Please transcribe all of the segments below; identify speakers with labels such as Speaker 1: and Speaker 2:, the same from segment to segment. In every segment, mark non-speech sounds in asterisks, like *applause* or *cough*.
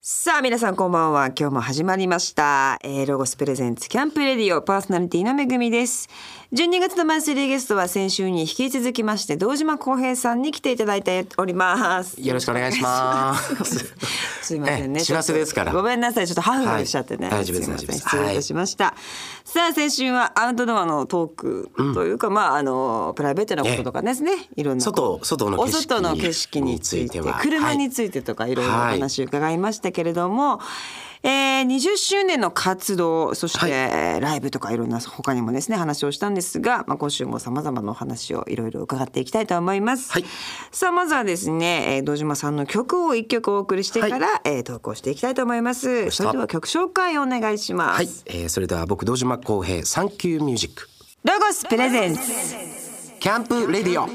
Speaker 1: さあ皆さんこんばんは今日も始まりました、えーロゴスプレゼンツキャンプレディオパーソナリティのめぐみです12月のマンスリーゲストは先週に引き続きまして堂島康平さんに来ていただいております
Speaker 2: よろしくお願いします。
Speaker 1: *laughs* すいませんね。
Speaker 2: ええ
Speaker 1: ちょっと
Speaker 2: 幸せですから
Speaker 1: ごめんなさい。ちょっとハフハフしちゃってね。
Speaker 2: はい大丈夫です
Speaker 1: いません
Speaker 2: 大丈夫です
Speaker 1: 失礼いたしました。さあ、先週はアウトドアのトークというか、まあ、あの、プライベートなこととかですね。いろんな。
Speaker 2: 外外の景色
Speaker 1: お外の景色につい
Speaker 2: につ
Speaker 1: て
Speaker 2: いては
Speaker 1: 車
Speaker 2: はい
Speaker 1: についてとか、いろいろお
Speaker 2: はい
Speaker 1: 話伺いましたけれども、えー、20周年の活動そして、
Speaker 2: はい
Speaker 1: えーライブとかいろんな他にもですね話をしたんですが、まあ、今週もさまざまなお話をいろいろ伺っていきたいと思います。
Speaker 2: はい
Speaker 1: さあまずはですね、えー、堂島さんの曲を一曲お送りしてから、えー投稿していきたいと思います。
Speaker 2: し
Speaker 1: そ
Speaker 2: た
Speaker 1: れでは曲紹介お願いします。
Speaker 2: はい、えー、それでは僕堂島康平サンキューミュージック
Speaker 1: ロゴスプレゼンツ
Speaker 2: キャンプレディオ。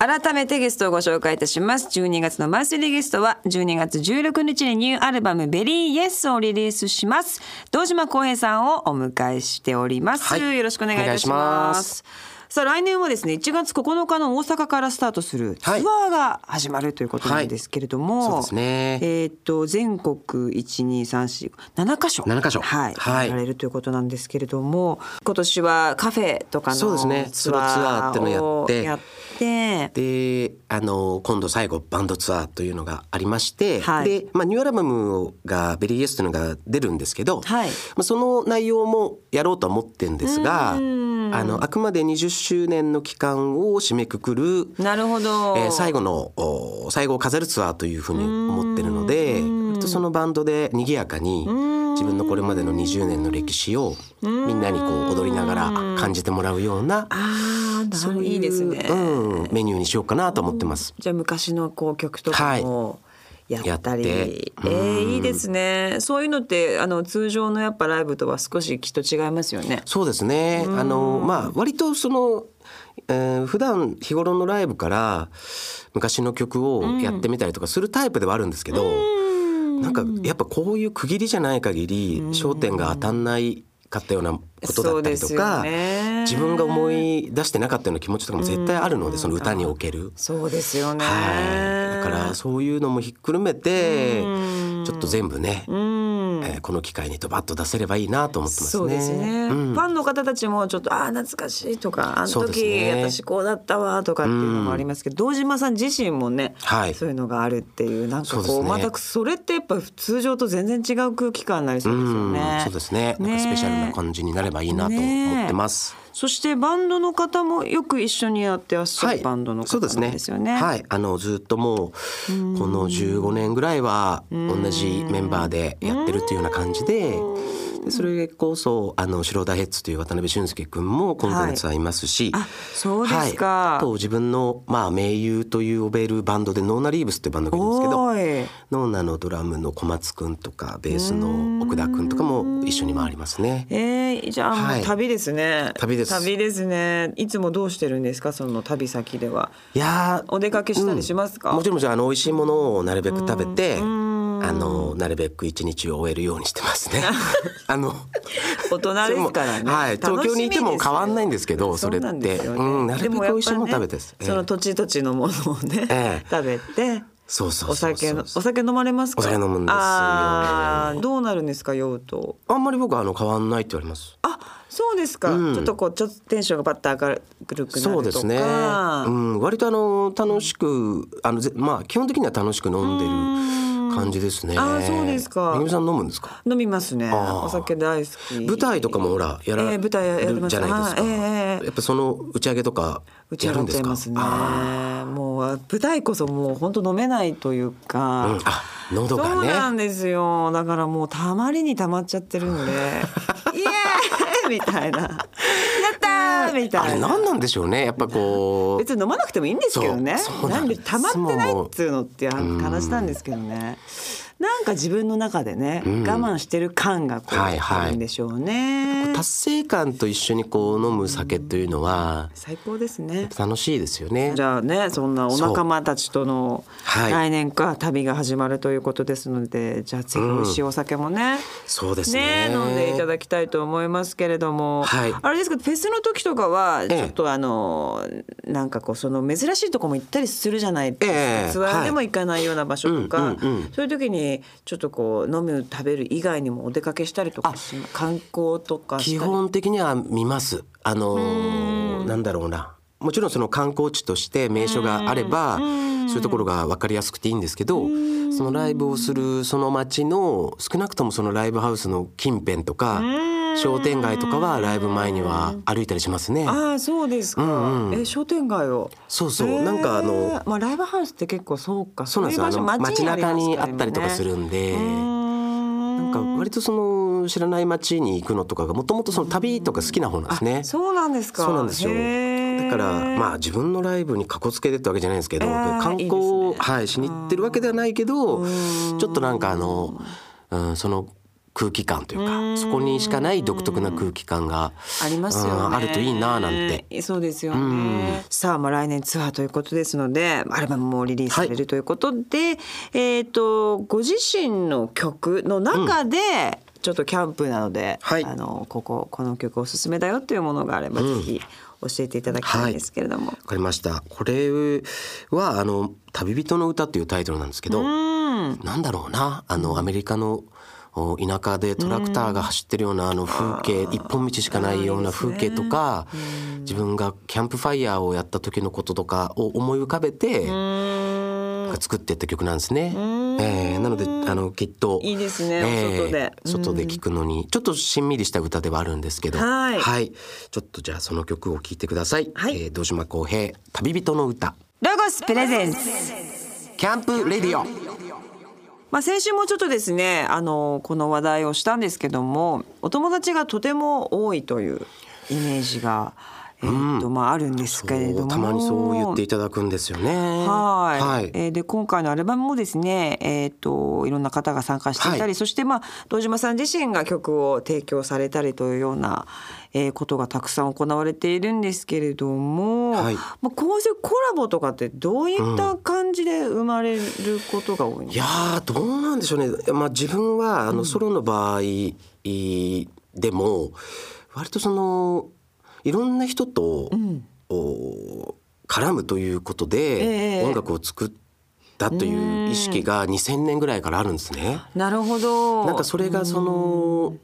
Speaker 1: 改めてゲストをご紹介いたします12月のマンスリーゲストは12月16日にニューアルバムベリーイエスをリリースします堂島光平さんをお迎えしております、
Speaker 2: はい
Speaker 1: よろしくお願いいたし
Speaker 2: お願
Speaker 1: ま
Speaker 2: いします
Speaker 1: さあ来年はですね1月9日の大阪からスタートするツア
Speaker 2: はい
Speaker 1: ーが始まるということなんですけれども、
Speaker 2: はいそうですね
Speaker 1: えーっと全国12347箇所
Speaker 2: 7箇所
Speaker 1: はい、
Speaker 2: はい
Speaker 1: やられるということなんですけれども今年はカフェとかの
Speaker 2: そうですね
Speaker 1: ツアー
Speaker 2: ソロツアーってのをやって
Speaker 1: をやって
Speaker 2: であの今度最後バンドツアーというのがありまして、
Speaker 1: はい
Speaker 2: で、まあ、ニューアルバムが「ベリーイエス」というのが出るんですけど、
Speaker 1: はい
Speaker 2: まあ、その内容もやろうとは思ってるんですがあ
Speaker 1: うん
Speaker 2: のあくまで20周年の期間を締めくくる
Speaker 1: なるほど。
Speaker 2: えー最後のお最後を飾るツアーというふうに思ってるので割とそのバンドで賑やかに自分のこれまでの20年の歴史をみんなにこう踊りながら感じてもらうような
Speaker 1: ああ、
Speaker 2: そう
Speaker 1: いいですね。
Speaker 2: うん、メニューにしようかなと思ってます。
Speaker 1: じゃあ昔のこう曲とかもやったり、
Speaker 2: やっ
Speaker 1: え
Speaker 2: て
Speaker 1: ーいいですね。そういうのってあの通常のやっぱライブとは少しきっと違いますよね。
Speaker 2: そうですね。あのまあ割とその、えー普段日頃のライブから昔の曲をやってみたりとかするタイプではあるんですけど、なんかやっぱこういう区切りじゃない限り焦点が当たんないかったようなことだったりとか、
Speaker 1: ね
Speaker 2: 自分が思い出してなかったような気持ちとかも絶対あるので、その歌における。
Speaker 1: そうですよね。
Speaker 2: はい。だからそういうのもひっくるめて、ちょっと全部ね、
Speaker 1: うん。
Speaker 2: えーこの機会にドバッと出せればいいなと思ってますね。
Speaker 1: そうですね、
Speaker 2: うん
Speaker 1: ファンの方たちもちょっとああ懐かしいとかあの
Speaker 2: そうです
Speaker 1: 時、
Speaker 2: ね
Speaker 1: 私こうだったわとかっていうのもありますけど、堂島さん自身もね、
Speaker 2: はい
Speaker 1: そういうのがあるっていうなんか
Speaker 2: そうで
Speaker 1: こ
Speaker 2: す
Speaker 1: う
Speaker 2: ね
Speaker 1: また通常とやっぱ通常と全然違う空気感になりそうですよね
Speaker 2: う。んそうですね。なんかスペシャルな感じになればいいなと思ってます。
Speaker 1: そしてバンドの方もよく一緒にやってらっしゃ
Speaker 2: は
Speaker 1: る
Speaker 2: い、
Speaker 1: バンドの方なんですよね。
Speaker 2: そうですねはい、あのずっともうこの15年ぐらいは同じメンバーでやってるというような感じで。でそれこそあの白田ヘッズという渡辺俊介君もコンテンツはいますし、
Speaker 1: あそうですか
Speaker 2: はいあと自分の、まあ、盟友という呼べるバンドでノーナ・リーブスというバンドがいるんですけど
Speaker 1: おーい
Speaker 2: ノーナのドラムの小松くんとかベースの奥田くんとかも一緒に回りますね。
Speaker 1: えー、じゃあ、もう
Speaker 2: はい
Speaker 1: 旅ですね。
Speaker 2: 旅です
Speaker 1: ですね。いつもどうしてるんですか、その旅先では。
Speaker 2: いやー
Speaker 1: お出かけしたりしますか
Speaker 2: うんもちろんもちろんあの美味しいものをなるべく食べてあのなるべく一日を終えるようにしてます
Speaker 1: *laughs*
Speaker 2: ね。あの
Speaker 1: 大人ですから
Speaker 2: それ
Speaker 1: ね。
Speaker 2: もはい東京にいても変わんないんですすけどそれって
Speaker 1: うなんですよね
Speaker 2: うんなるべく美味しいもの食べて
Speaker 1: でもやっぱりね
Speaker 2: です。ええ
Speaker 1: その土地土地のものをね、
Speaker 2: ええ
Speaker 1: 食べて。
Speaker 2: そうそう
Speaker 1: お
Speaker 2: そうそう
Speaker 1: 酒のお酒飲まれますか。
Speaker 2: お酒飲むんですよ
Speaker 1: ああ、どうなるんですか酔うと。
Speaker 2: あんまり僕はあの変わんないって言われます。
Speaker 1: あ、そうですか。
Speaker 2: うん
Speaker 1: ちょっとこうちょっとテンションがバッと上がるくるくなるとか。
Speaker 2: そうですね。うん割とあの楽しくあのぜまあ基本的には楽しく飲んでる感じですね。
Speaker 1: あーそうですか
Speaker 2: めぐみさん飲むんですか。
Speaker 1: 飲みますね。
Speaker 2: あー
Speaker 1: お酒大好き。
Speaker 2: 舞台とかもほらやら
Speaker 1: え
Speaker 2: れ
Speaker 1: え舞台やってま
Speaker 2: る
Speaker 1: す
Speaker 2: じゃないですか、
Speaker 1: はいええええ
Speaker 2: やっぱその打ち上げとか
Speaker 1: 打ち
Speaker 2: や
Speaker 1: 上が
Speaker 2: るん
Speaker 1: っ
Speaker 2: で
Speaker 1: ちゃ
Speaker 2: す
Speaker 1: い
Speaker 2: か
Speaker 1: ますね。
Speaker 2: あ
Speaker 1: もう舞台こそもう本当飲めないというか。
Speaker 2: ーうんあ喉がね
Speaker 1: そうなんですよだからもうたまりにたまっちゃってる
Speaker 2: *laughs*
Speaker 1: のでイエーイみたいなやったーみ
Speaker 2: あ
Speaker 1: た
Speaker 2: れ
Speaker 1: いな
Speaker 2: 何なんでしょうねやっぱこう
Speaker 1: 別に飲まなくてもいいんですけどね
Speaker 2: そうそう
Speaker 1: な
Speaker 2: なんん
Speaker 1: で
Speaker 2: です
Speaker 1: たまってないっつうのって
Speaker 2: ん
Speaker 1: 話なんですけどねなんか自分の中でね、
Speaker 2: うん
Speaker 1: 我慢してる感がこう
Speaker 2: はいはい
Speaker 1: あるんでしょうね、
Speaker 2: 達成感と一緒にこう飲む酒というのは
Speaker 1: 最高ですね
Speaker 2: 楽しいですよね
Speaker 1: じ。ゃあねそんなお仲間たちとの
Speaker 2: はい
Speaker 1: 来年か旅が始まるということですので、じゃあぜひ美味しいお酒もね、
Speaker 2: そうです
Speaker 1: ね
Speaker 2: ね。
Speaker 1: 飲んでいただきたいと思いますけれども、
Speaker 2: はい
Speaker 1: あれですかフェスの時とかはち
Speaker 2: ええ
Speaker 1: ょっとあの、なんかこうその珍しいとこも行ったりするじゃないですか、
Speaker 2: ええ
Speaker 1: ツアーでも行かないような場所とか、
Speaker 2: はいうんうんうん
Speaker 1: そういう時にちょっとこう飲む食べる以外にもお出かけしたりとかし観光とかし
Speaker 2: 基
Speaker 1: たり
Speaker 2: 本的には見ます。あのーなんだろうな。もちろんその観光地として名所があればそういうところが分かりやすくていいんですけどそのライブをするその町の少なくともそのライブハウスの近辺とか商店街とかはライブ前には歩いたりしますね。
Speaker 1: ああそうですか、
Speaker 2: うんうん
Speaker 1: え商店街を
Speaker 2: そうそう
Speaker 1: へえ
Speaker 2: なんかあの
Speaker 1: まあ、ライブハウスって結構そうか
Speaker 2: そうなんですよあ
Speaker 1: い
Speaker 2: の
Speaker 1: 場所
Speaker 2: 街
Speaker 1: りま
Speaker 2: 中
Speaker 1: す
Speaker 2: に
Speaker 1: ら
Speaker 2: あったりとかするんで。
Speaker 1: 今ねうー
Speaker 2: なんか割とその知らない街に行くのとかがもともとその旅とか好きな方なんですね。
Speaker 1: そうなんですか
Speaker 2: そうなんですよ。だからまあ自分のライブにかこつけてってわけじゃないんですけど、
Speaker 1: えー
Speaker 2: 観
Speaker 1: いい
Speaker 2: 光
Speaker 1: です
Speaker 2: を
Speaker 1: ね
Speaker 2: はいしに行ってるわけではないけど、ちょっとなんかあの、うん、その空気感というか、そこにしかない独特な空気感が
Speaker 1: ありますよね、
Speaker 2: うんあるといいななんて。
Speaker 1: そうですよね、さあまあ来年ツアーということですのでアルバムもリリースされ
Speaker 2: は
Speaker 1: るということで、えっ、とご自身の曲の中で、ちょっとキャンプなので、
Speaker 2: はい
Speaker 1: あのこここの曲おすすめだよというものがあれば、ぜひ教えていただきたいんですけれども、
Speaker 2: わかりました。これはあの旅人の歌っていうタイトルなんですけど、なんだろうなあのアメリカのお田舎でトラクターが走ってるようなあの風景一本道しかないような風景とか自分がキャンプファイヤーをやった時のこととかを思い浮かべてなんか作ってった曲なんですね。えーなのであのきっと
Speaker 1: いいですねお外でうん
Speaker 2: 外で聞くのにちょっとしんみりした歌ではあるんですけど
Speaker 1: はい
Speaker 2: ちょっとじゃあその曲を聴いてください。
Speaker 1: はい
Speaker 2: えー堂島康平旅人の歌
Speaker 1: ロゴスプレゼンス
Speaker 2: キャンプレディオ
Speaker 1: まあ、先週もちょっとですねあのこの話題をしたんですけどもお友達がとても多いというイメージが、えーっとまあ、あるんですけれど
Speaker 2: そ
Speaker 1: も
Speaker 2: うたまにそう言っていただくんですよね。
Speaker 1: はい、
Speaker 2: はい。
Speaker 1: えーで今回のアルバムもですね、えー、といろんな方が参加していたり、
Speaker 2: はい
Speaker 1: そして、まあ、堂島さん自身が曲を提供されたりというような、えーことがたくさん行われているんですけれども、
Speaker 2: はい
Speaker 1: まあ、こういうコラボとかってどういった感じで生まれることが多いん
Speaker 2: い
Speaker 1: です
Speaker 2: や
Speaker 1: か、
Speaker 2: ーどうなんでしょうね。まあ自分はあのソロの場合でも割とそのいろんな人と、お絡むということ
Speaker 1: え
Speaker 2: で、
Speaker 1: え
Speaker 2: 音楽を作ったという意識が2000年ぐらいからあるんですね。
Speaker 1: なるほど
Speaker 2: なんかそれがその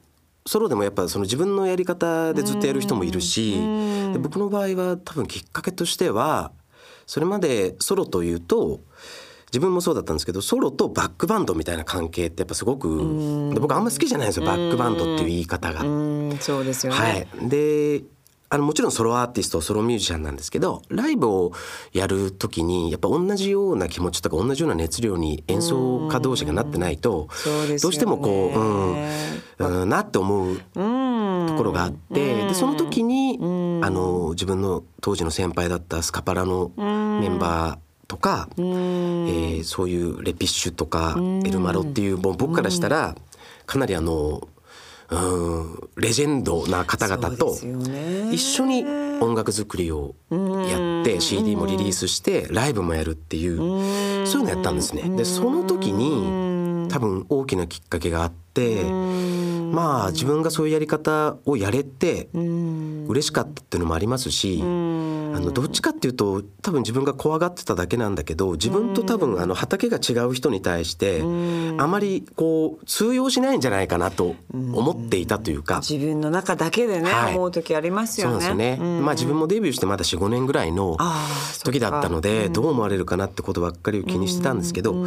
Speaker 2: ソロでもやっぱその自分のやり方でずっとやる人もいるしで僕の場合は多分きっかけとしてはそれまでソロというと自分もそうだったんですけどソロとバックバンドみたいな関係ってやっぱすごくで僕あんま好きじゃないんですよバックバンドっていう言い方が。
Speaker 1: うんそうですよね、
Speaker 2: はい、であのもちろんソロアーティストソロミュージシャンなんですけどライブをやる時にやっぱ同じような気持ちとか同じような熱量に演奏家同士がなってないと
Speaker 1: そうですよね
Speaker 2: どうしてもこう、うんうん、なって
Speaker 1: う
Speaker 2: 思う
Speaker 1: ん
Speaker 2: ところがあって、でその時に、あの自分の当時の先輩だったスカパラのメンバーとか、えーそういうレピッシュとか、エルマロっていうもう僕からしたらかなりあの、うん、レジェンドな方々と
Speaker 1: そうですよね
Speaker 2: 一緒に音楽作りをやって CD もリリースしてライブもやるっていうそういうのやったんですね。でその時に多分大きなきっかけがあってまあ自分がそういうやり方をやれて嬉しかったっていうのもありますしあのどっちかっていうと多分自分が怖がってただけなんだけど自分と多分あの畑が違う人に対してあまりこう通用しないんじゃないかなと思っていたというか。
Speaker 1: 自分の中だけでね、
Speaker 2: はい
Speaker 1: 思う時あります
Speaker 2: そう
Speaker 1: よ
Speaker 2: なん
Speaker 1: ね
Speaker 2: ですよね、まあ自分もデビューしてまだ45年ぐらいの
Speaker 1: あーそっか
Speaker 2: 時だったのでどう思われるかなってことばっかりを気にしてたんですけど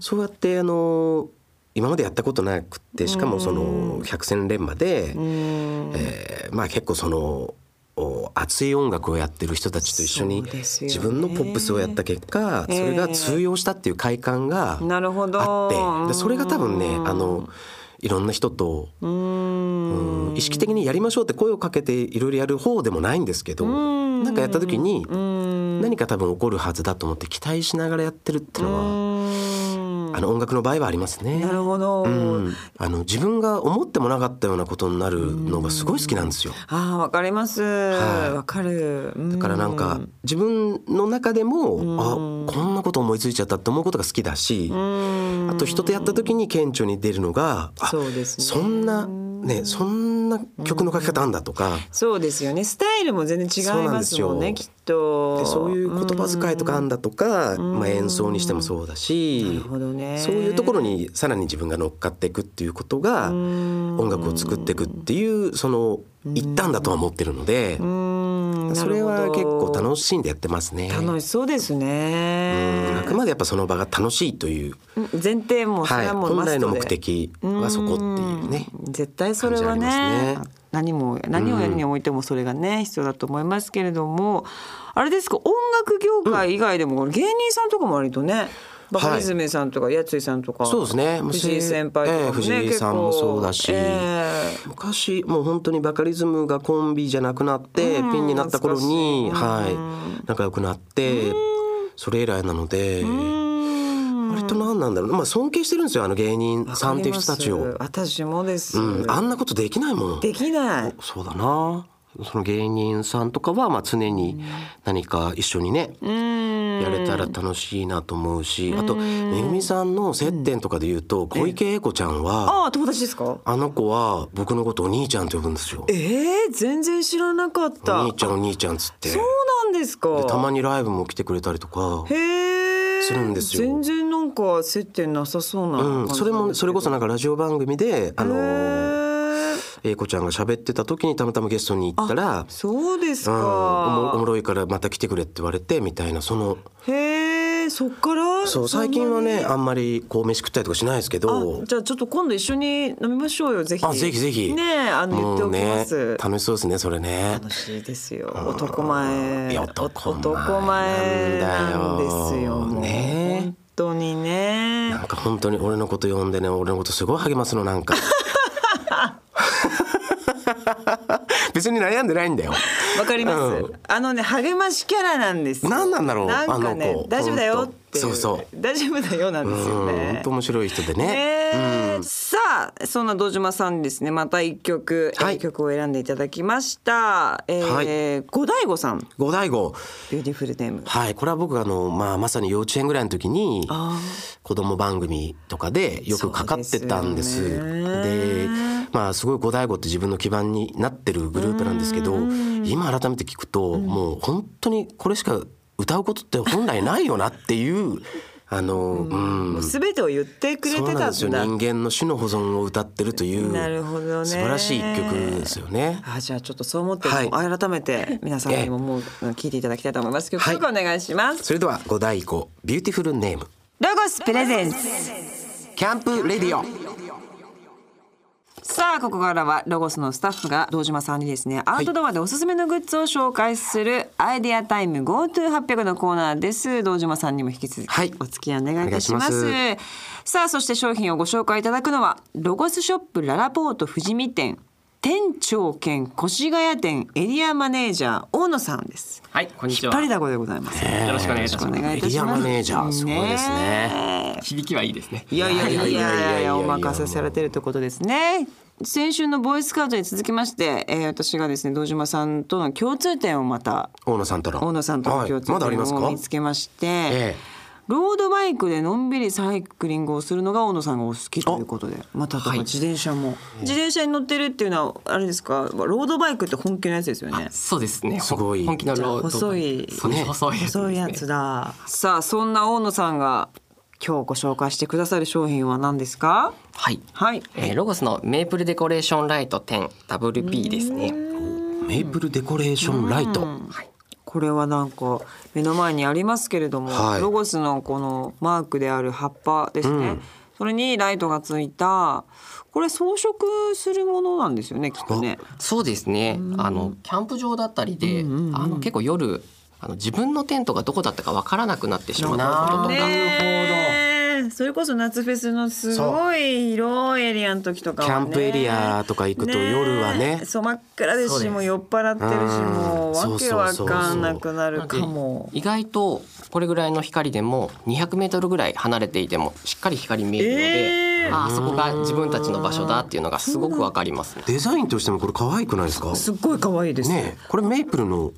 Speaker 2: そうやってあの今までやったことなくってしかもその百戦錬磨でえーまあ結構そのお熱い音楽をやってる人たちと一緒に
Speaker 1: そうですよね
Speaker 2: 自分のポップスをやった結果そ
Speaker 1: ええ
Speaker 2: れが通用したっていう快感が
Speaker 1: なるほど
Speaker 2: あってでそれが多分ね
Speaker 1: うん
Speaker 2: あのいろんな人と
Speaker 1: うん
Speaker 2: うん意識的にやりましょうって声をかけていろいろやる方でもないんですけどなんかやった時に何か多分起こるはずだと思って期待しながらやってるっていうのはああの音楽の場合はありますね。
Speaker 1: なるほど。
Speaker 2: うん、あの自分が思ってもなかったようなことになるのがすごい好きなんですよ。
Speaker 1: ああ、わかります。
Speaker 2: はい
Speaker 1: わかる。
Speaker 2: だからなんか自分の中でも、あこんなこと思いついちゃったって思うことが好きだし、
Speaker 1: うん、
Speaker 2: あと人とやった時に顕著に出るのが、あ
Speaker 1: そうですね
Speaker 2: そんなねそんな曲の書き方あんだとか、
Speaker 1: そうですよね。スタイルも全然違いますもんね、
Speaker 2: そうなんです
Speaker 1: きっと。
Speaker 2: でそういう言葉遣いとかあんだとか、まあ、演奏にしてもそうだ
Speaker 1: うん。な
Speaker 2: し
Speaker 1: る、ほどね。
Speaker 2: そういうとこ
Speaker 1: に。
Speaker 2: ろにさらに自分が乗っかっていくっていうことが音楽を作っていくっていうその一端だとは思ってるので、
Speaker 1: うん。
Speaker 2: それは結構
Speaker 1: し
Speaker 2: 楽しんでやってますね。
Speaker 1: 楽しそうです
Speaker 2: うんあ
Speaker 1: ね。
Speaker 2: くまでやっぱその場が楽しいという、
Speaker 1: うん前提もそ
Speaker 2: は
Speaker 1: れ
Speaker 2: い、
Speaker 1: はもう
Speaker 2: 本
Speaker 1: マス
Speaker 2: 来の
Speaker 1: トで
Speaker 2: 目的はそこっていうね。
Speaker 1: うん絶対それはね
Speaker 2: 感じありますね
Speaker 1: 何も何をやるにおいてもそれがね必要だと思いますけれどもあれですか音楽業界以外でも芸人さんとかも割とねバカリズムさんとかやついさんとか
Speaker 2: そうですね。もう
Speaker 1: 藤井先輩とかもね
Speaker 2: ええ藤井さんもそうだし、
Speaker 1: 結構ええ
Speaker 2: 昔もう本当にバカリズムがコンビじゃなくなって、
Speaker 1: うん
Speaker 2: ピンになった頃に、
Speaker 1: 懐かしい
Speaker 2: はい、仲良くなって、それ以来なので、
Speaker 1: うん
Speaker 2: 割と何なんだろう、まあ尊敬してるんですよあの芸人さんっていう人たち
Speaker 1: わかりま
Speaker 2: を。
Speaker 1: す私もです、
Speaker 2: うん、あんなことできないもん。
Speaker 1: できない
Speaker 2: そうだな。その芸人さんとかはまあ常に何か一緒にね、
Speaker 1: うん
Speaker 2: やれたら楽しいなと思うし、あとめぐみさんの接点とかで言うと、小池栄子ちゃんは、
Speaker 1: ああ友達ですか
Speaker 2: あの子は僕のことお兄ちゃんと呼ぶんですよ。
Speaker 1: ええ全然知らなかっ
Speaker 2: お
Speaker 1: た
Speaker 2: 兄ちゃんお兄ちゃんっつって
Speaker 1: そうなんですか
Speaker 2: でたまにライブも来てくれたりとか、
Speaker 1: へえ
Speaker 2: するんですよ
Speaker 1: 全然なんか接点なさそうな
Speaker 2: うん、それもそれこそなんかラジオ番組であ
Speaker 1: あ
Speaker 2: の英子ちゃんが喋ってた時にたまたまゲストに行ったら「
Speaker 1: そうです
Speaker 2: うん、おもおも
Speaker 1: か
Speaker 2: ろいからまた来てくれ」って言われてみたいなその
Speaker 1: へえそっから
Speaker 2: そう
Speaker 1: そんな
Speaker 2: 最
Speaker 1: に
Speaker 2: 近はねあんまりこう飯食ったりとかしないですけど
Speaker 1: あじゃあちょっと今度一緒に飲みましょうよぜひ
Speaker 2: あぜひぜひ
Speaker 1: ねえあの言っておきます、
Speaker 2: もうね楽しそうですねそれね。
Speaker 1: 楽しいですよ男前
Speaker 2: いや男前
Speaker 1: 男前なんですよ
Speaker 2: なんだよ
Speaker 1: もう
Speaker 2: ね
Speaker 1: 本当にね
Speaker 2: なんか本当に俺のこと呼んでね俺のことすごい励ます
Speaker 1: *laughs*
Speaker 2: のなんか *laughs* 別に悩んでないんだよ
Speaker 1: わかります、
Speaker 2: うん
Speaker 1: あのね励ましキャラなんですよ
Speaker 2: 何なんだろう
Speaker 1: なんか
Speaker 2: あ
Speaker 1: ね
Speaker 2: の子
Speaker 1: 大丈夫だよってい
Speaker 2: ほんとそうそう
Speaker 1: 大丈夫だよなんですよ
Speaker 2: うん
Speaker 1: ね
Speaker 2: 本当面白い人でね
Speaker 1: ねえさあそんな堂島さんにですねまた一曲、
Speaker 2: はい
Speaker 1: えー曲を選んでいただきました、えー五大悟さん
Speaker 2: 五大悟
Speaker 1: ビューティフルネーム
Speaker 2: はいこれは僕があの、まあ、まさに幼稚園ぐらいの時に
Speaker 1: あ
Speaker 2: 子供番組とかでよくかかってたんです
Speaker 1: そうですよね
Speaker 2: でまあすごい五大悟って自分の基盤になってるグループなんですけど今改めて聞くと、もう本当にこれしか歌うことって本来ないよなっていうあのうん
Speaker 1: もう全てを言ってくれて
Speaker 2: そう
Speaker 1: た
Speaker 2: なん
Speaker 1: ん
Speaker 2: ですよ
Speaker 1: だ
Speaker 2: 人間の種の保存を歌ってるという
Speaker 1: なるほどね
Speaker 2: 素晴らしい一曲ですよね。
Speaker 1: あじゃあちょっとそう思って、
Speaker 2: はい
Speaker 1: 改めて皆さんにももう聞いていただきたいと思いますけど、
Speaker 2: はい
Speaker 1: 曲お願いします、
Speaker 2: それでは五大五ビューティフルネーム
Speaker 1: ロゴスプレゼンツ
Speaker 2: キャンプレディオ
Speaker 1: さあここからはロゴスのスタッフが堂島さんにですねアウトドアでおすすめのグッズを紹介するアイデアタイム GoTo800 のコーナーです堂島さんにも引き続き
Speaker 2: はい
Speaker 1: お付き合いお願いいたします,、
Speaker 2: お願
Speaker 1: さあそして商品をご紹介いただくのはロゴスショップララポート富士見店店長兼越谷店エリアマネージャー大野さんです
Speaker 3: はい、こんにち
Speaker 1: 引
Speaker 3: は
Speaker 1: っ。張りだこでございます、
Speaker 3: よろしくお願いします
Speaker 1: よろしくお願いいたします
Speaker 2: エリアマネージャーすごいですね
Speaker 1: ねえ
Speaker 3: 響きはいいですね。
Speaker 1: いやいやいやいやいやいやお
Speaker 2: いやいやいやいや
Speaker 1: 任せされてるってことですね。先週のボーイスカウトに続きまして、えー、私がですね堂島さんとの共通点をまた
Speaker 2: 大野さんとの
Speaker 1: 大野さんとの
Speaker 2: はい
Speaker 1: 共通
Speaker 2: まだあります
Speaker 1: 点
Speaker 2: か
Speaker 1: を見つけまして、
Speaker 2: ええ
Speaker 1: ロードバイクでのんびりサイクリングをするのが大野さんがお好きということでまただから自転車も、自転車に乗ってるっていうのはあれですかロードバイクって本気のやつですよね
Speaker 3: そうですね。
Speaker 2: すごい
Speaker 3: 本気のロード。
Speaker 1: 細い
Speaker 3: そう
Speaker 2: ね
Speaker 3: 細いやつですね。
Speaker 1: そういうやつださあそんな大野さんが今日ご紹介してくださる商品は何ですか
Speaker 3: はい。
Speaker 1: はい
Speaker 3: えーロゴスのメープルデコレーションライト 10WP ですね。
Speaker 2: メープルデコレーションライト
Speaker 3: はい。
Speaker 1: これはなんか目の前にありますけれども、
Speaker 2: はい
Speaker 1: ロゴスのこのマークである葉っぱですね、
Speaker 2: うん
Speaker 1: それにライトがついたこれ装飾するものなんですよねきっとね。
Speaker 3: そうですね。あのキャンプ場だったりで、あの結構夜あの自分のテントがどこだったかわからなくなってしまったこととか。
Speaker 1: ねえそれこそ夏フェスのすごい広いエリアの時とかは、ね、
Speaker 2: キャンプエリアとか行くと夜はね
Speaker 1: そう真っ暗です
Speaker 3: そう
Speaker 1: し
Speaker 3: です
Speaker 1: もう酔っ払ってるし
Speaker 2: うん
Speaker 1: もうわけわ
Speaker 2: そうそうそう
Speaker 1: か
Speaker 2: そ
Speaker 1: ん
Speaker 2: う
Speaker 1: なくな
Speaker 3: な
Speaker 1: る
Speaker 3: ん
Speaker 1: か
Speaker 3: で
Speaker 1: も。
Speaker 3: 意外とこれぐらいの光でも200メートルぐらい離れていてもしっかり光見えるので、
Speaker 1: えー
Speaker 3: ああそこが自分たちの場所だっていうのがすごくわかりますね。
Speaker 2: デザインとしてもこれ可愛くないですか
Speaker 1: すっごい可愛いです。
Speaker 2: ねえこれメイプルの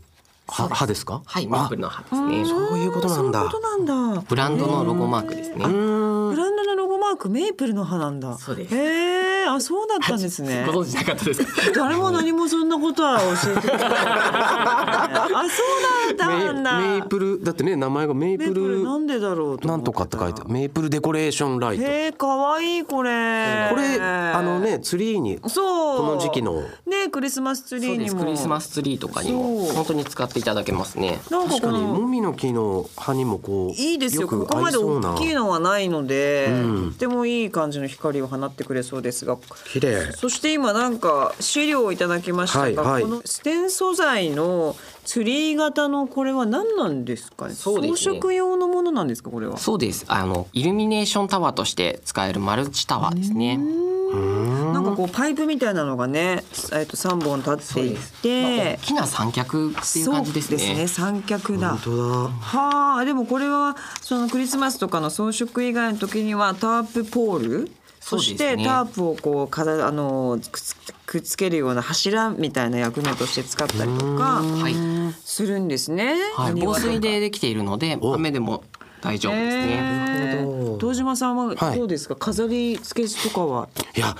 Speaker 2: 葉葉ですか
Speaker 3: はい、メ
Speaker 2: あ
Speaker 3: ープルの葉ですね。
Speaker 2: そういうことなん
Speaker 1: そうい
Speaker 2: だ
Speaker 1: うことなんだ。
Speaker 3: ブランドのロゴマークですね。
Speaker 2: う
Speaker 1: ブ
Speaker 3: ご
Speaker 2: ーん
Speaker 1: ランドのロゴマークメープルの葉なんだ。
Speaker 3: そうです
Speaker 1: へえ、あ、そうだったんです
Speaker 2: *laughs*
Speaker 1: ね。
Speaker 3: 存知なかったですか。
Speaker 1: 誰も何もそんなことは教えてくれな
Speaker 2: *laughs*
Speaker 1: い。あ、そうだったんだ。
Speaker 2: メイメイプルだってね名前がメイ
Speaker 1: メ
Speaker 2: プ
Speaker 1: ープル
Speaker 2: ル
Speaker 1: なんでだろうと
Speaker 2: な
Speaker 1: 思っ
Speaker 2: ん
Speaker 1: て
Speaker 2: とか
Speaker 1: た
Speaker 2: って書いてあるメイプルデコレーションライト
Speaker 1: へえ、可愛いこれ。
Speaker 2: これあの。ねツリーに
Speaker 1: そう。
Speaker 2: この時期の
Speaker 1: ね、クリスマスツリ
Speaker 3: そ
Speaker 1: ー
Speaker 3: う
Speaker 1: に
Speaker 3: で
Speaker 1: も。
Speaker 3: す。クリスマスツリーとかにも
Speaker 1: そう
Speaker 3: 本当に使っていただけますね。
Speaker 1: なんかこ
Speaker 2: 確かに
Speaker 1: の
Speaker 2: もみの木の葉にもこう
Speaker 1: いいですよ
Speaker 2: く
Speaker 1: ここま
Speaker 2: 合い
Speaker 1: で
Speaker 2: そう
Speaker 1: 大
Speaker 2: な
Speaker 1: きいのはないので、
Speaker 2: うん
Speaker 1: とてもいい感じの光を放ってくれそうですが
Speaker 2: 綺麗
Speaker 1: そして今なんか資料をいただきましたが、
Speaker 2: はいはい
Speaker 1: このステン素材のツリー型のこれは何なんですかね
Speaker 3: そうですね
Speaker 1: 装飾用のものなんですかこれは
Speaker 3: そうです。あのイルミネーションタワーとして使えるマルチタワーですね。
Speaker 1: なんかこうパイプみたいなのがね、えっと三本立ってい
Speaker 3: まあ
Speaker 1: て
Speaker 3: 大、きな三脚っていう感じですね。
Speaker 1: そう三脚だ。
Speaker 2: 本当だ
Speaker 1: はあ、でもこれはそのクリスマスとかの装飾以外の時にはタープポール、そ
Speaker 3: そ
Speaker 1: う
Speaker 3: です
Speaker 1: し
Speaker 3: ね
Speaker 1: てタープをこうかざあのくっつくっつけるような柱みたいな役目として使ったりとか
Speaker 3: はい。
Speaker 1: するんですね。
Speaker 3: はい、防
Speaker 1: 庭とか
Speaker 3: 水でできているので
Speaker 2: お
Speaker 3: 雨でも大丈夫ですね。
Speaker 1: へえ
Speaker 2: なるほど
Speaker 1: 堂島さんは
Speaker 2: はい
Speaker 1: どうですか、飾り付けとかはい
Speaker 2: や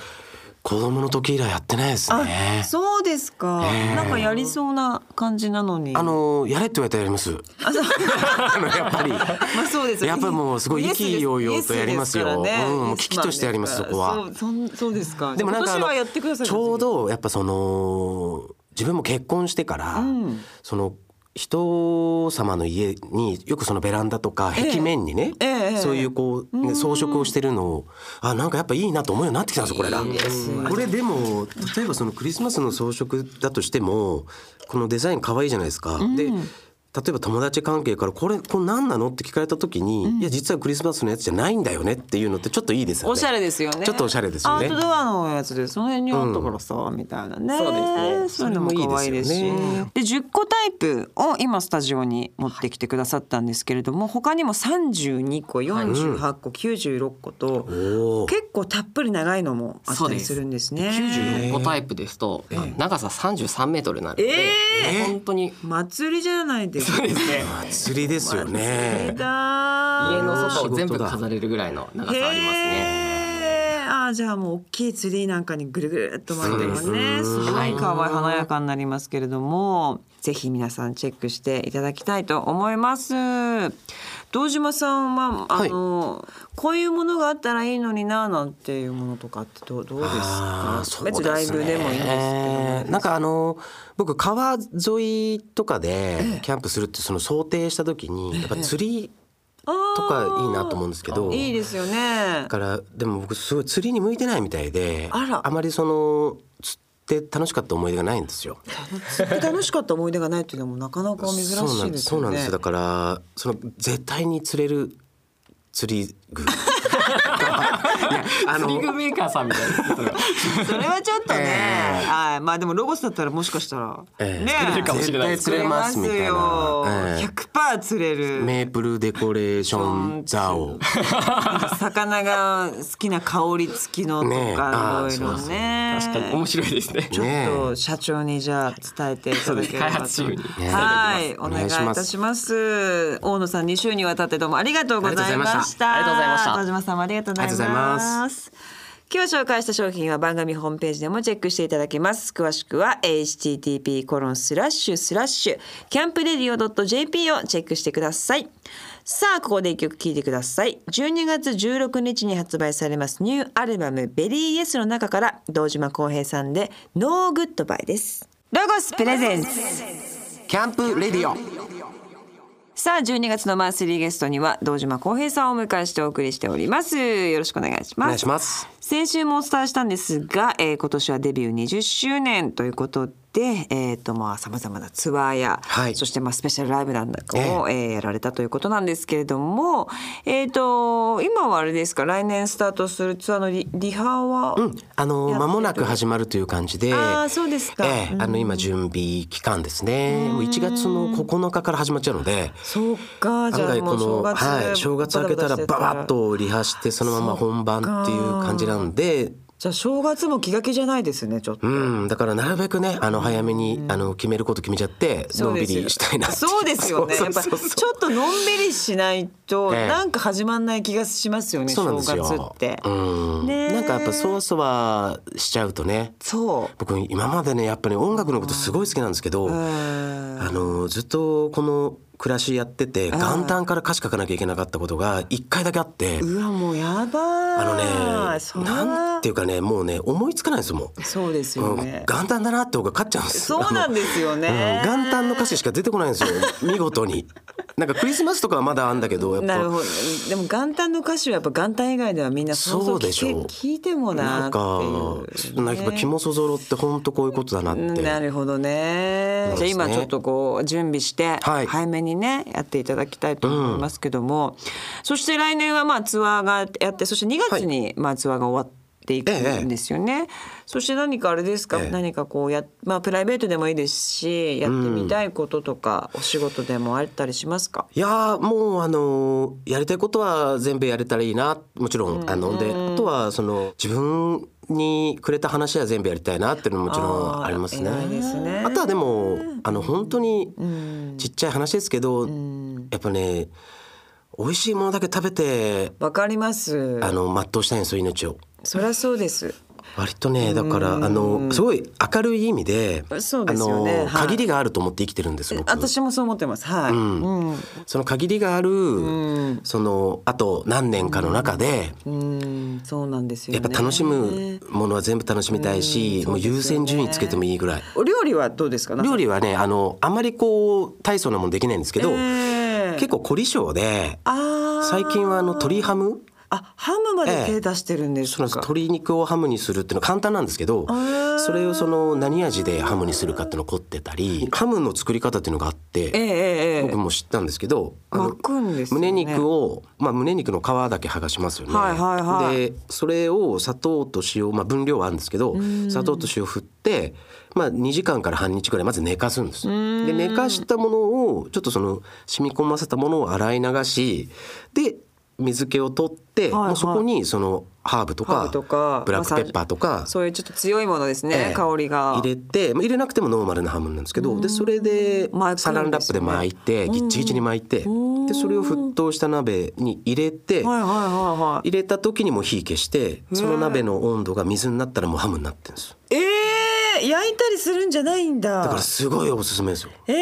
Speaker 2: 子供の時以来やってないですね
Speaker 1: あそうですか、
Speaker 2: ええ
Speaker 1: なんかやりそうな感じなのに
Speaker 2: あのやれって言われたらやりますあのやっぱり
Speaker 1: まあそうです
Speaker 2: やっぱりもうすごい意気揚々とやりますよ
Speaker 1: イエスですから
Speaker 2: うんもう
Speaker 1: イエスマン
Speaker 2: 危機としてやります
Speaker 1: ですから
Speaker 2: そこは
Speaker 1: そうそんそうですか
Speaker 2: でもなんかあ
Speaker 1: 今
Speaker 2: の
Speaker 1: 年はやってください
Speaker 2: ちょうどやっぱその自分も結婚してから、
Speaker 1: ん
Speaker 2: その人様の家によくそのベランダとか
Speaker 1: ええ
Speaker 2: 壁面にね、
Speaker 1: ええ
Speaker 2: そういうこう、ね装飾をしてるのをあなんかやっぱいいなと思うようになってきたんですよこれが。
Speaker 3: いいですね
Speaker 2: これでも例えばそのクリスマスの装飾だとしてもこのデザイン可愛いじゃないですか。で例えば友達関係からこれこれ何なのって聞かれた時に、いや実はクリスマスのやつじゃないんだよねっていうのってちょっといいですよね。
Speaker 1: おしゃれですよね
Speaker 2: ちょっとおしゃれですよね
Speaker 1: アウトドアのやつでその辺にあったからさ、みたいなね
Speaker 3: そうですね
Speaker 1: そういうのも可愛いですし
Speaker 2: それもいいですよね
Speaker 1: で10個タイプを今スタジオに持ってきてくださったんですけれども他にも32個48個96個と、
Speaker 2: おー
Speaker 1: 結構たっぷり長いのもあったりするんですね
Speaker 3: 96個タイプですと、まあ長さ33メートルになるので、
Speaker 1: え
Speaker 3: 本当に
Speaker 1: 祭りじゃないですか
Speaker 3: ですね
Speaker 2: 釣りですよ
Speaker 1: 祭
Speaker 2: ね
Speaker 1: り。だ
Speaker 3: 家の
Speaker 2: 外
Speaker 3: 外
Speaker 2: を全
Speaker 3: を全
Speaker 2: 部
Speaker 3: 部
Speaker 2: 飾
Speaker 3: 飾れるぐらいの長さありますね。
Speaker 1: へーあーじゃあもう大きいツリーなんかにぐるぐるっと巻いても
Speaker 3: そう
Speaker 1: ね
Speaker 2: です
Speaker 1: すごい可愛い華やかになりますけれどもぜひ皆さんチェックしていただきたいと思います堂島さんはあの、こういうものがあったらいいのにななんていうものとかってどうどうです
Speaker 2: あ
Speaker 1: か
Speaker 2: ーそう
Speaker 1: 別にライブでもいいんですけど、
Speaker 2: ねなんかあの僕川沿いとかでキャンプするってその想定した時にやっぱ釣りとかいいなと思うんですけど。
Speaker 1: いいですよね
Speaker 2: だからでも僕すごい釣りに向いてないみたいで
Speaker 1: あら
Speaker 2: まりその釣って楽しかった思い出がないんですよ。
Speaker 1: 楽しかった思い出がないっていうのもなかなか珍しいですよね
Speaker 2: そうなんですそうなんですだからその絶対に釣れる釣り
Speaker 1: *laughs*
Speaker 2: 具いやあの
Speaker 3: 釣り具メーカーさんみたいなことが。
Speaker 1: それはちょっとね、
Speaker 2: *laughs* え
Speaker 1: はい、まあでもロゴスだったらもしかしたら、
Speaker 2: ええ
Speaker 1: ね
Speaker 2: 作れるかもしれないです
Speaker 1: 作れます
Speaker 2: 釣れ
Speaker 1: よ
Speaker 2: ますみたいなええ
Speaker 1: 100パー釣れる、
Speaker 2: メープルデコレーションザオ。
Speaker 1: なんか魚が好きな香り付きのと
Speaker 2: ねえ
Speaker 1: か
Speaker 2: ああ
Speaker 1: いろいろ
Speaker 2: そうそう
Speaker 1: ね
Speaker 3: 確かに面白いですね。
Speaker 1: ち
Speaker 2: ね
Speaker 1: ょっと社長にじゃあ伝えていただければと
Speaker 3: 開発チームに伝えておきます
Speaker 1: はいお願いいたします大野さん2週にわたってどうもありがとうございました
Speaker 3: ありがとうございました
Speaker 1: 田島さんもありがとうござい
Speaker 2: ありがとうござい
Speaker 1: ま
Speaker 2: ます
Speaker 1: 今日紹介した商品は番組ホームページでもチェックしていただけます。詳しくは http コロンスラッシュスラッシュキャンプレディオ .jp をチェックしてください。さあ、ここで一曲聴いてください。12月16日に発売されますニューアルバムベリーイエスの中から堂島康平さんで No Goodbye です。ロゴスプレゼンツ。
Speaker 2: キャンプレディオ。
Speaker 1: さあ、12月のマンスリーゲストには堂島康平さんをお迎えしてお送りしております。よろしくお願いし
Speaker 2: お
Speaker 1: ま
Speaker 2: 願い
Speaker 1: す
Speaker 2: し。ます。
Speaker 1: 先週もお伝えしたんですが、えー今年はデビュー20周年ということって、えっ、とまあさまざまなツアーや、
Speaker 2: はい
Speaker 1: そしてまあスペシャルライブなんかを、えーやられたということなんですけれども、えっ、と今はあれですか来年スタートするツアーのリリハは、
Speaker 2: うん、あの
Speaker 1: やってる
Speaker 2: 間もなく始まるという感じで。
Speaker 1: あーそうですか
Speaker 2: ええあの今準備期間ですね。もう1月の9日から始まっちゃうので。
Speaker 1: そうかじゃあ
Speaker 2: 案外
Speaker 1: も
Speaker 2: こ
Speaker 1: う
Speaker 2: の
Speaker 1: 正月、
Speaker 2: はい、正月明けたらババッ
Speaker 1: ッと
Speaker 2: とリハしてそのまま本番っていう感じなんで
Speaker 1: じゃあ正月も気が気じゃないですねちょっと。
Speaker 2: うん、だからなるべくねあの早めにあの決めること決めちゃって
Speaker 1: そ
Speaker 2: の
Speaker 1: うんで
Speaker 2: び
Speaker 1: すよ
Speaker 2: りしたいなってい
Speaker 1: そうですよね。
Speaker 2: そ
Speaker 1: や
Speaker 2: う
Speaker 1: っぱ
Speaker 2: そ
Speaker 1: ち
Speaker 2: う
Speaker 1: ょ
Speaker 2: そう
Speaker 1: っとのんびりしないと
Speaker 2: ええ
Speaker 1: なんか始まんない気がしますよね。
Speaker 2: そうなん
Speaker 1: 正
Speaker 2: です
Speaker 1: 月
Speaker 2: よ
Speaker 1: っ。て。
Speaker 2: うん
Speaker 1: ねえ
Speaker 2: なんかやっぱそわそわしちゃうとね
Speaker 1: そ
Speaker 2: 僕今までねやっぱり音楽のことすごい好きなんですけど、
Speaker 1: う。うん
Speaker 2: あのずっとこの暮らしやってて元旦から歌詞書かなきゃいけなかったことが一回だけあって
Speaker 1: うわもうやば
Speaker 2: あの
Speaker 1: ーい。そ
Speaker 2: ね
Speaker 1: れは
Speaker 2: なんていうかねもうね思いつかないですもん。
Speaker 1: そうです
Speaker 2: う
Speaker 1: よ
Speaker 2: ん
Speaker 1: ね
Speaker 2: 元。旦だなって僕は勝っちゃうんです
Speaker 1: そうなんですよ
Speaker 2: あの
Speaker 1: ね。
Speaker 2: うん元旦の歌詞しか出てこない
Speaker 1: *laughs*
Speaker 2: んですよ見事になんかクリスマスとかはまだあんだけどやっ
Speaker 1: なる
Speaker 2: ぱ
Speaker 1: ほど。でも元旦の歌詞はやっぱ元旦以外ではみんな想像
Speaker 2: そうでしょう
Speaker 1: 聞け聞いてもな
Speaker 2: な
Speaker 1: って
Speaker 2: んか
Speaker 1: いう、
Speaker 2: なんかやっぱ肝そぞろって本当こういうことだな
Speaker 1: うん
Speaker 2: って
Speaker 1: なるほどね
Speaker 2: そう
Speaker 1: じゃあ
Speaker 2: ですね
Speaker 1: 今ちょっとこう準備して
Speaker 2: はい
Speaker 1: 早めにねやっていただきたいと思いますけども、そして来年はまあツアーがやってそして2月にまあツアーが終わっていく
Speaker 2: ええ
Speaker 1: んですよね、そして何かあれですか、
Speaker 2: ええ
Speaker 1: 何かこうや、まあ、プライベートでもいいですしやってみたいこととか、お仕事でもあったりしますか
Speaker 2: いやーもうあのーやりたいことは全部やれたらいいなもちろん、あのであとはその自分にくれた話は全部やりたいなっていうのももちろんありますね。
Speaker 1: あー偉いですね
Speaker 2: あとはでもあの本当にちっちゃい話ですけど、やっぱね美味しいものだけ食べて
Speaker 1: わかります
Speaker 2: あの全うしたいんですよ命を。
Speaker 1: そりゃそうです
Speaker 2: 割とねだからあのすごい明るい意味で
Speaker 1: そうですよね
Speaker 2: あの
Speaker 1: はい
Speaker 2: 限りがあると思って生きてるんです僕
Speaker 1: 私もそう思ってますはい、うん
Speaker 2: その限りがある、そのあと何年かの中で、
Speaker 1: うんそうなんですよ
Speaker 2: やっ
Speaker 1: ね
Speaker 2: ぱ楽しむものは全部楽しみたいし、もう優先順位つけてもいいぐらい。
Speaker 1: お料理はどうですか
Speaker 2: 料理はねあのあんまりこう大層なもんできないんですけど、
Speaker 1: ええ
Speaker 2: 結構凝り性で
Speaker 1: あー
Speaker 2: 最近はあの鶏ハム
Speaker 1: あハムまで手出してるんです
Speaker 2: そ
Speaker 1: か、
Speaker 2: の鶏肉をハムにするっていうのは簡単なんですけど
Speaker 1: ー
Speaker 2: それをその何味でハムにするかっていうのを凝ってたりハムの作り方っていうのがあっ
Speaker 1: ええ
Speaker 2: て。
Speaker 1: えええ
Speaker 2: 僕
Speaker 1: え
Speaker 2: も知ったんですけど、あの
Speaker 1: 巻くんですよね
Speaker 2: 胸肉を、まあ、胸肉の皮だけ剥がしますよね。
Speaker 1: はいはいはい
Speaker 2: でそれを砂糖と塩、まあ、分量はあるんですけど砂糖と塩を振って、まあ、2時間から半日ぐらいまず寝かすんです。で寝かしたものをちょっとその染み込ませたものを洗い流しで水気を取って、
Speaker 1: はいはい
Speaker 2: もうそこにそのハーブと
Speaker 1: ハー
Speaker 2: か
Speaker 1: ブとか
Speaker 2: ブラックペッパーとか
Speaker 1: そういうちょっと強いものですね、
Speaker 2: ええ
Speaker 1: 香りが
Speaker 2: 入れて、まあ、入れなくてもノーマルなハムなんですけどでそれで
Speaker 1: 巻くんですね
Speaker 2: サランラップで巻いてぎっちぎちに巻いてでそれを沸騰した鍋に入れて
Speaker 1: はいはいはいはい
Speaker 2: 入れた時にもう火消してその鍋の温度が水になったらもうハムになってるんです
Speaker 1: ええ焼いたりするんじゃないんだ
Speaker 2: だからすごいおすすめですよ
Speaker 1: え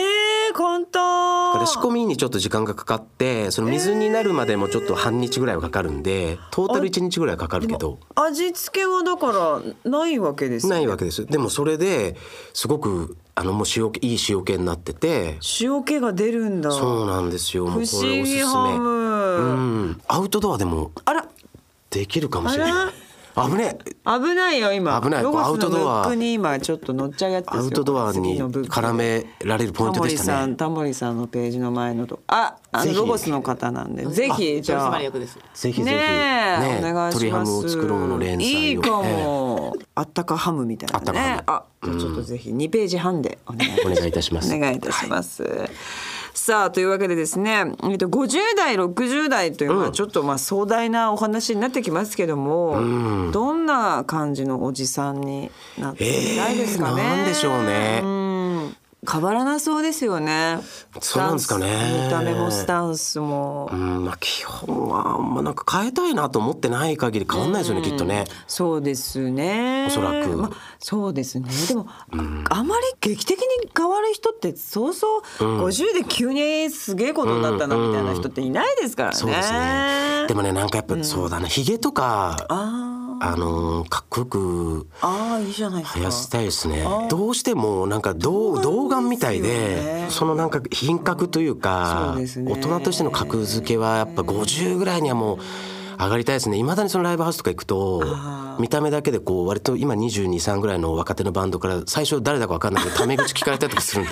Speaker 1: え簡
Speaker 2: だ
Speaker 1: 単
Speaker 2: から仕込みにちょっと時間がかかってその水になるまでもちょっと半日ぐらいはかかるんでトータル1日ぐらいはかかるけど
Speaker 1: 味付けはだからないわけですよ
Speaker 2: ないわけですでもそれですごくあのもう塩気いい塩気になってて
Speaker 1: 塩気が出るんだ
Speaker 2: そうなんですよも
Speaker 1: 不
Speaker 2: うこれおすす
Speaker 1: 思
Speaker 2: め
Speaker 1: 議ハム、
Speaker 2: うん、アウトドアでも
Speaker 1: あら
Speaker 2: できるかもしれない。危ねえ。
Speaker 1: 危ないよ今
Speaker 2: 危ない
Speaker 1: ロゴス
Speaker 2: アウト
Speaker 1: のム
Speaker 2: ドア
Speaker 1: ックに今ちょっと乗っちゃうやつですよ
Speaker 2: アウトドア
Speaker 1: 次
Speaker 2: に
Speaker 1: のブックで
Speaker 2: 絡められるポイントでしたね。
Speaker 1: タモリさんタモリさんのページの前のとああ
Speaker 2: ぜ
Speaker 1: の
Speaker 2: ひ
Speaker 1: ロゴスの方なんでぜひじ
Speaker 3: 取
Speaker 1: ゃあ
Speaker 3: 締
Speaker 1: ね
Speaker 3: 役です。
Speaker 2: ぜひぜひ、
Speaker 1: えお願いし
Speaker 2: 鶏ハ
Speaker 1: ます
Speaker 2: ムを作ろうの連載を。
Speaker 1: いいか
Speaker 2: ええ
Speaker 1: も、あったかハムみたいなね
Speaker 2: あったかハム
Speaker 1: あじゃあちょっとぜひ2ページ半でお願いします
Speaker 2: お願いいたします
Speaker 1: お願いいたします。さあというわけでですね、えっと、50代60代という、まあちょっとまあ壮大なお話になってきますけども、どんな感じのおじさんになっていたいですかね。
Speaker 2: えーなんでしょうね
Speaker 1: うん変わらなそうですよね。
Speaker 2: そうなんですか
Speaker 1: スタンス
Speaker 2: ね
Speaker 1: 見た目もスタンスも。
Speaker 2: うん、まあ基本はあんまなんか変えたいなと思ってない限り変わんないですよね、きっとね。
Speaker 1: そうですね。
Speaker 2: おそらく
Speaker 1: まあ、そうですね。でも、ああまり劇的に変わる人ってそうそう、50で急にすげえことになったなみたいな人っていないですからね。
Speaker 2: そうですね。でもね、なんかやっぱそうだな、ヒゲとか、
Speaker 1: あー
Speaker 2: あのーかっこよく
Speaker 1: あーいいじゃないですか。
Speaker 2: 生やしたいですね。どうしてもなんかどう童顔みたい
Speaker 1: そうなんですよね
Speaker 2: で、そのなんか品格という
Speaker 1: そう
Speaker 2: か、
Speaker 1: で
Speaker 2: 大
Speaker 1: すね
Speaker 2: 人としての格付けはやっぱ50ぐらいにはもう上がりたいですねいまだにそのライブハウスとか行くと
Speaker 1: あー
Speaker 2: 見た目だけでこう割と今2223ぐらいの若手のバンドから最初誰だか分かんないけどタメ口聞かれたりとかするん
Speaker 1: *laughs*
Speaker 2: で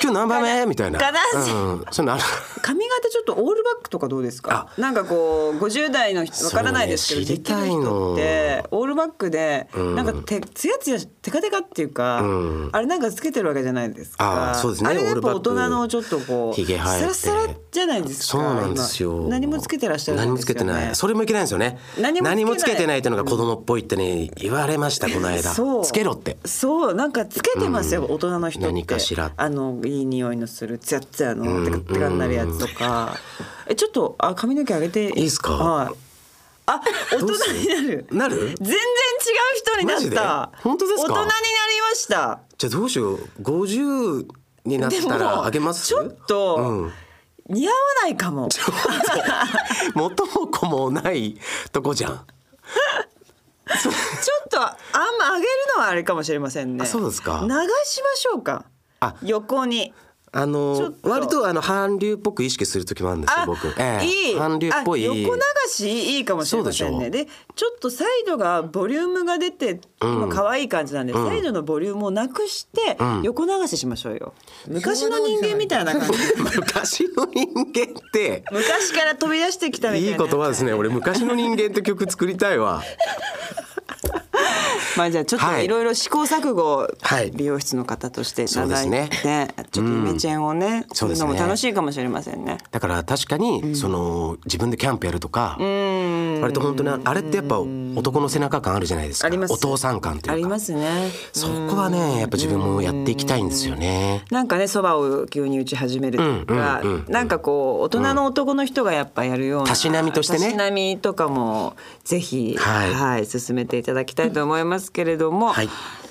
Speaker 2: 今日何番目みたいな
Speaker 1: 悲しい
Speaker 2: うん、そういうのある
Speaker 1: 髪型ちょっとオールバックとかどうですかなんかこう50代の人わからないですけど、
Speaker 2: そうね
Speaker 1: できる人っ
Speaker 2: 知りたい
Speaker 1: てオールバックでなんかてツヤツヤテカテカっていうか、
Speaker 2: うん
Speaker 1: あれなんかつけてるわけじゃないですか
Speaker 2: あーそうですね
Speaker 1: あれやっぱ
Speaker 2: オ
Speaker 1: 大
Speaker 2: ールバック
Speaker 1: 人のちょっとこう
Speaker 2: ひげ生えて
Speaker 1: サラサラじゃないですか
Speaker 2: そうなんですよ
Speaker 1: 今何もつけてらっしゃるんですよね
Speaker 2: 何もつけてないそれもいけないんですよね
Speaker 1: 何もつけない
Speaker 2: つけてないっていうのが子供っぽいってね言われましたこの間
Speaker 1: そう
Speaker 2: つけろって
Speaker 1: そうなんかつけてますよ、
Speaker 2: うん
Speaker 1: 大人の人って
Speaker 2: 何かしら
Speaker 1: あのいい匂いのするツヤツヤの
Speaker 2: うん
Speaker 1: テカテカになるやつとか、えちょっとあ髪の毛上げていい
Speaker 2: いいっすか
Speaker 1: はいあ大
Speaker 2: どうす
Speaker 1: 人
Speaker 2: る
Speaker 1: になる
Speaker 2: なる
Speaker 1: 全然違う人にな
Speaker 2: マジ
Speaker 1: っ
Speaker 2: で
Speaker 1: た
Speaker 2: 本当ですか
Speaker 1: 大人になりました
Speaker 2: じゃあどうしよう50になったらあげます
Speaker 1: ちょっと、
Speaker 2: うん
Speaker 1: 似合わないかも
Speaker 2: ちょっと元も子もないとこじゃん。
Speaker 1: ちょっとあんま上げるのはあれかもしれませんね
Speaker 2: あそうですか
Speaker 1: 流しましょうか
Speaker 2: あ
Speaker 1: 横に
Speaker 2: あ
Speaker 1: ちょっ
Speaker 2: の
Speaker 1: と
Speaker 2: 割とあの韓流っぽく意識する時もあるんですよ僕。ええ
Speaker 1: いい
Speaker 2: 韓流っぽい。
Speaker 1: あ横流しいいかもしれませんね
Speaker 2: そう
Speaker 1: でちょっとサイドがボリュームが出て、
Speaker 2: うん
Speaker 1: まあ可愛い感じなんで、
Speaker 2: うん
Speaker 1: サイドのボリュームをなくして、
Speaker 2: ん
Speaker 1: 横流ししましょうよ昔の人間みたいな感じ
Speaker 2: *laughs* 昔の人間
Speaker 1: *laughs*
Speaker 2: って
Speaker 1: 昔から飛び出してきたみたい
Speaker 2: い
Speaker 1: ない
Speaker 2: 言葉ですね。俺昔の人間って曲作りたいわ。
Speaker 1: まあじゃあちょっと
Speaker 2: はい
Speaker 1: いろいろ試行錯誤を
Speaker 2: はい
Speaker 1: 美容室の方としていただいて、
Speaker 2: そうで
Speaker 1: ちょっとイメチェンをね、す
Speaker 2: そう
Speaker 1: る
Speaker 2: です
Speaker 1: の
Speaker 2: ね
Speaker 1: も楽しいかもしれませんね。
Speaker 2: だから確かにその自分でキャンプやるとか。割と本当にあれってやっぱ男の背中感あるじゃないですか
Speaker 1: あります
Speaker 2: お父さん感と
Speaker 1: あ
Speaker 2: い
Speaker 1: り
Speaker 2: うか
Speaker 1: ますね。
Speaker 2: そこはねやっぱ自分もやっていきたいんですよね
Speaker 1: なんかねそばを急に打ち始めるとか、
Speaker 2: うんうんうんうん
Speaker 1: なんかこう大人の男の人がやっぱやるような
Speaker 2: たしなみとしてね
Speaker 1: たしなみとかもぜひは、
Speaker 2: はいい
Speaker 1: 進めていただきたいと思いますけれども、
Speaker 2: はい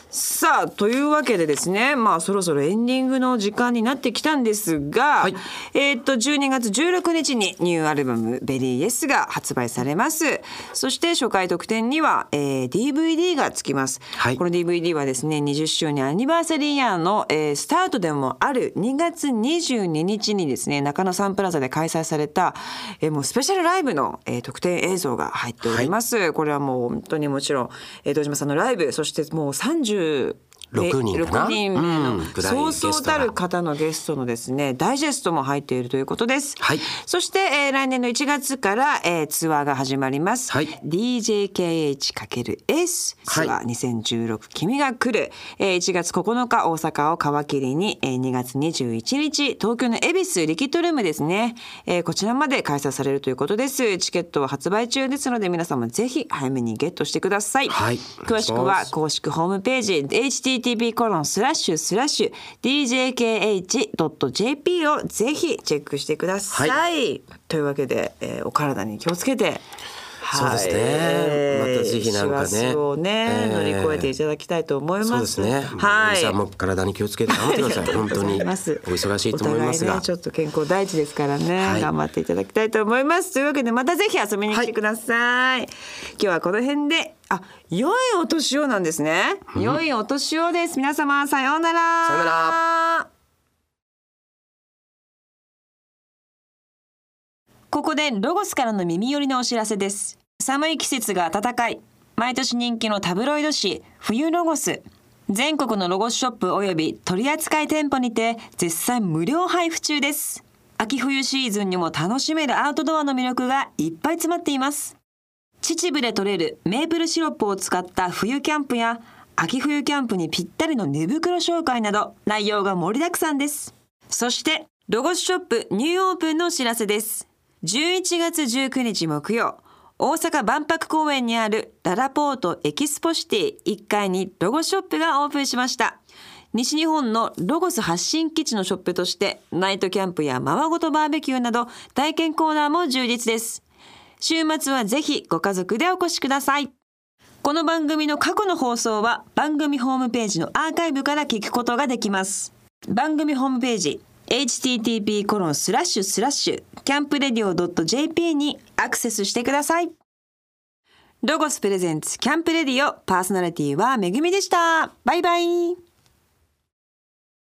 Speaker 1: さあというわけでですねまあそろそろエンディングの時間になってきたんですが、
Speaker 2: はい
Speaker 1: えーっと12月16日にニューアルバム「ベリー・イエス」が発売されますそして初回特典には、えー DVD がつきます、
Speaker 2: はい
Speaker 1: この DVD はですね20周年アニバーサリーイヤーの、えースタートでもある2月22日にですね中野サンプラザで開催された、えーもうスペシャルライブの、えー特典映像が入っております、これはもう本当にもちろん、えー、堂島さんのライブそしてもう30
Speaker 2: 6人かな
Speaker 1: 6人目
Speaker 2: う
Speaker 1: の
Speaker 2: んぐらい
Speaker 1: そう
Speaker 2: ゲスト
Speaker 1: そ
Speaker 2: が
Speaker 1: うたる方のゲストのですねダイジェストも入っているということです。
Speaker 2: はい
Speaker 1: そして、えー来年の1月から、えーツアーが始まります。
Speaker 2: はい
Speaker 1: DJKH×S ツアー
Speaker 2: はい
Speaker 1: 2016君が来る、えー1月9日大阪を皮切りに、えー2月21日東京の恵比寿リキッドルームですね、えーこちらまで開催されるということです。チケットは発売中ですので皆さんもぜひ早めにゲットしてください。
Speaker 2: はい
Speaker 1: 詳しく
Speaker 2: お願い
Speaker 1: は
Speaker 2: します
Speaker 1: 公式ホームページ http コロンスラッシュスラッシュ djkh.jp をぜひチェックしてください。
Speaker 2: は
Speaker 1: というわけで、えーお体に気をつけて。
Speaker 2: そうですね
Speaker 1: はい
Speaker 2: またぜひなんかね
Speaker 1: 師走をね、
Speaker 2: えー
Speaker 1: 乗り越えていただきたいと思います。
Speaker 2: そうですね。
Speaker 1: は。
Speaker 2: はいい。さんも体に気をつけて頑張って
Speaker 1: *laughs*
Speaker 2: ください。本当にお忙しいと思います
Speaker 1: お互ね、
Speaker 2: が
Speaker 1: ち。ょっと健康第一ですからね、
Speaker 2: はい
Speaker 1: 頑張っていただきたいと思いますというわけでまたぜひ遊びに来てください、今日はこの辺であ良いお年をなんですね、良いお年をです皆様さようなら
Speaker 2: さようなら
Speaker 1: ここでロゴスからの耳寄りのお知らせです寒い季節が暖かい毎年人気のタブロイド紙冬ロゴス全国のロゴスショップおよび取扱店舗にて絶賛無料配布中です秋冬シーズンにも楽しめるアウトドアの魅力がいっぱい詰まっています秩父で採れるメープルシロップを使った冬キャンプや秋冬キャンプにぴったりの寝袋紹介など内容が盛りだくさんですそしてロゴスショップニューオープンのお知らせです11月19日木曜大阪万博公園にあるララポートエキスポシティ1階にロゴスショップがオープンしました西日本のロゴス発信基地のショップとしてナイトキャンプやままごとバーベキューなど体験コーナーも充実です週末はぜひご家族でお越しくださいこの番組の過去の放送は番組ホームページのアーカイブから聞くことができます番組ホームページ http コロンスラッシュスラッシュキャンプレディオ .jp にアクセスしてくださいロゴスプレゼンツキャンプレディオパーソナリティはめぐみでしたバイバイ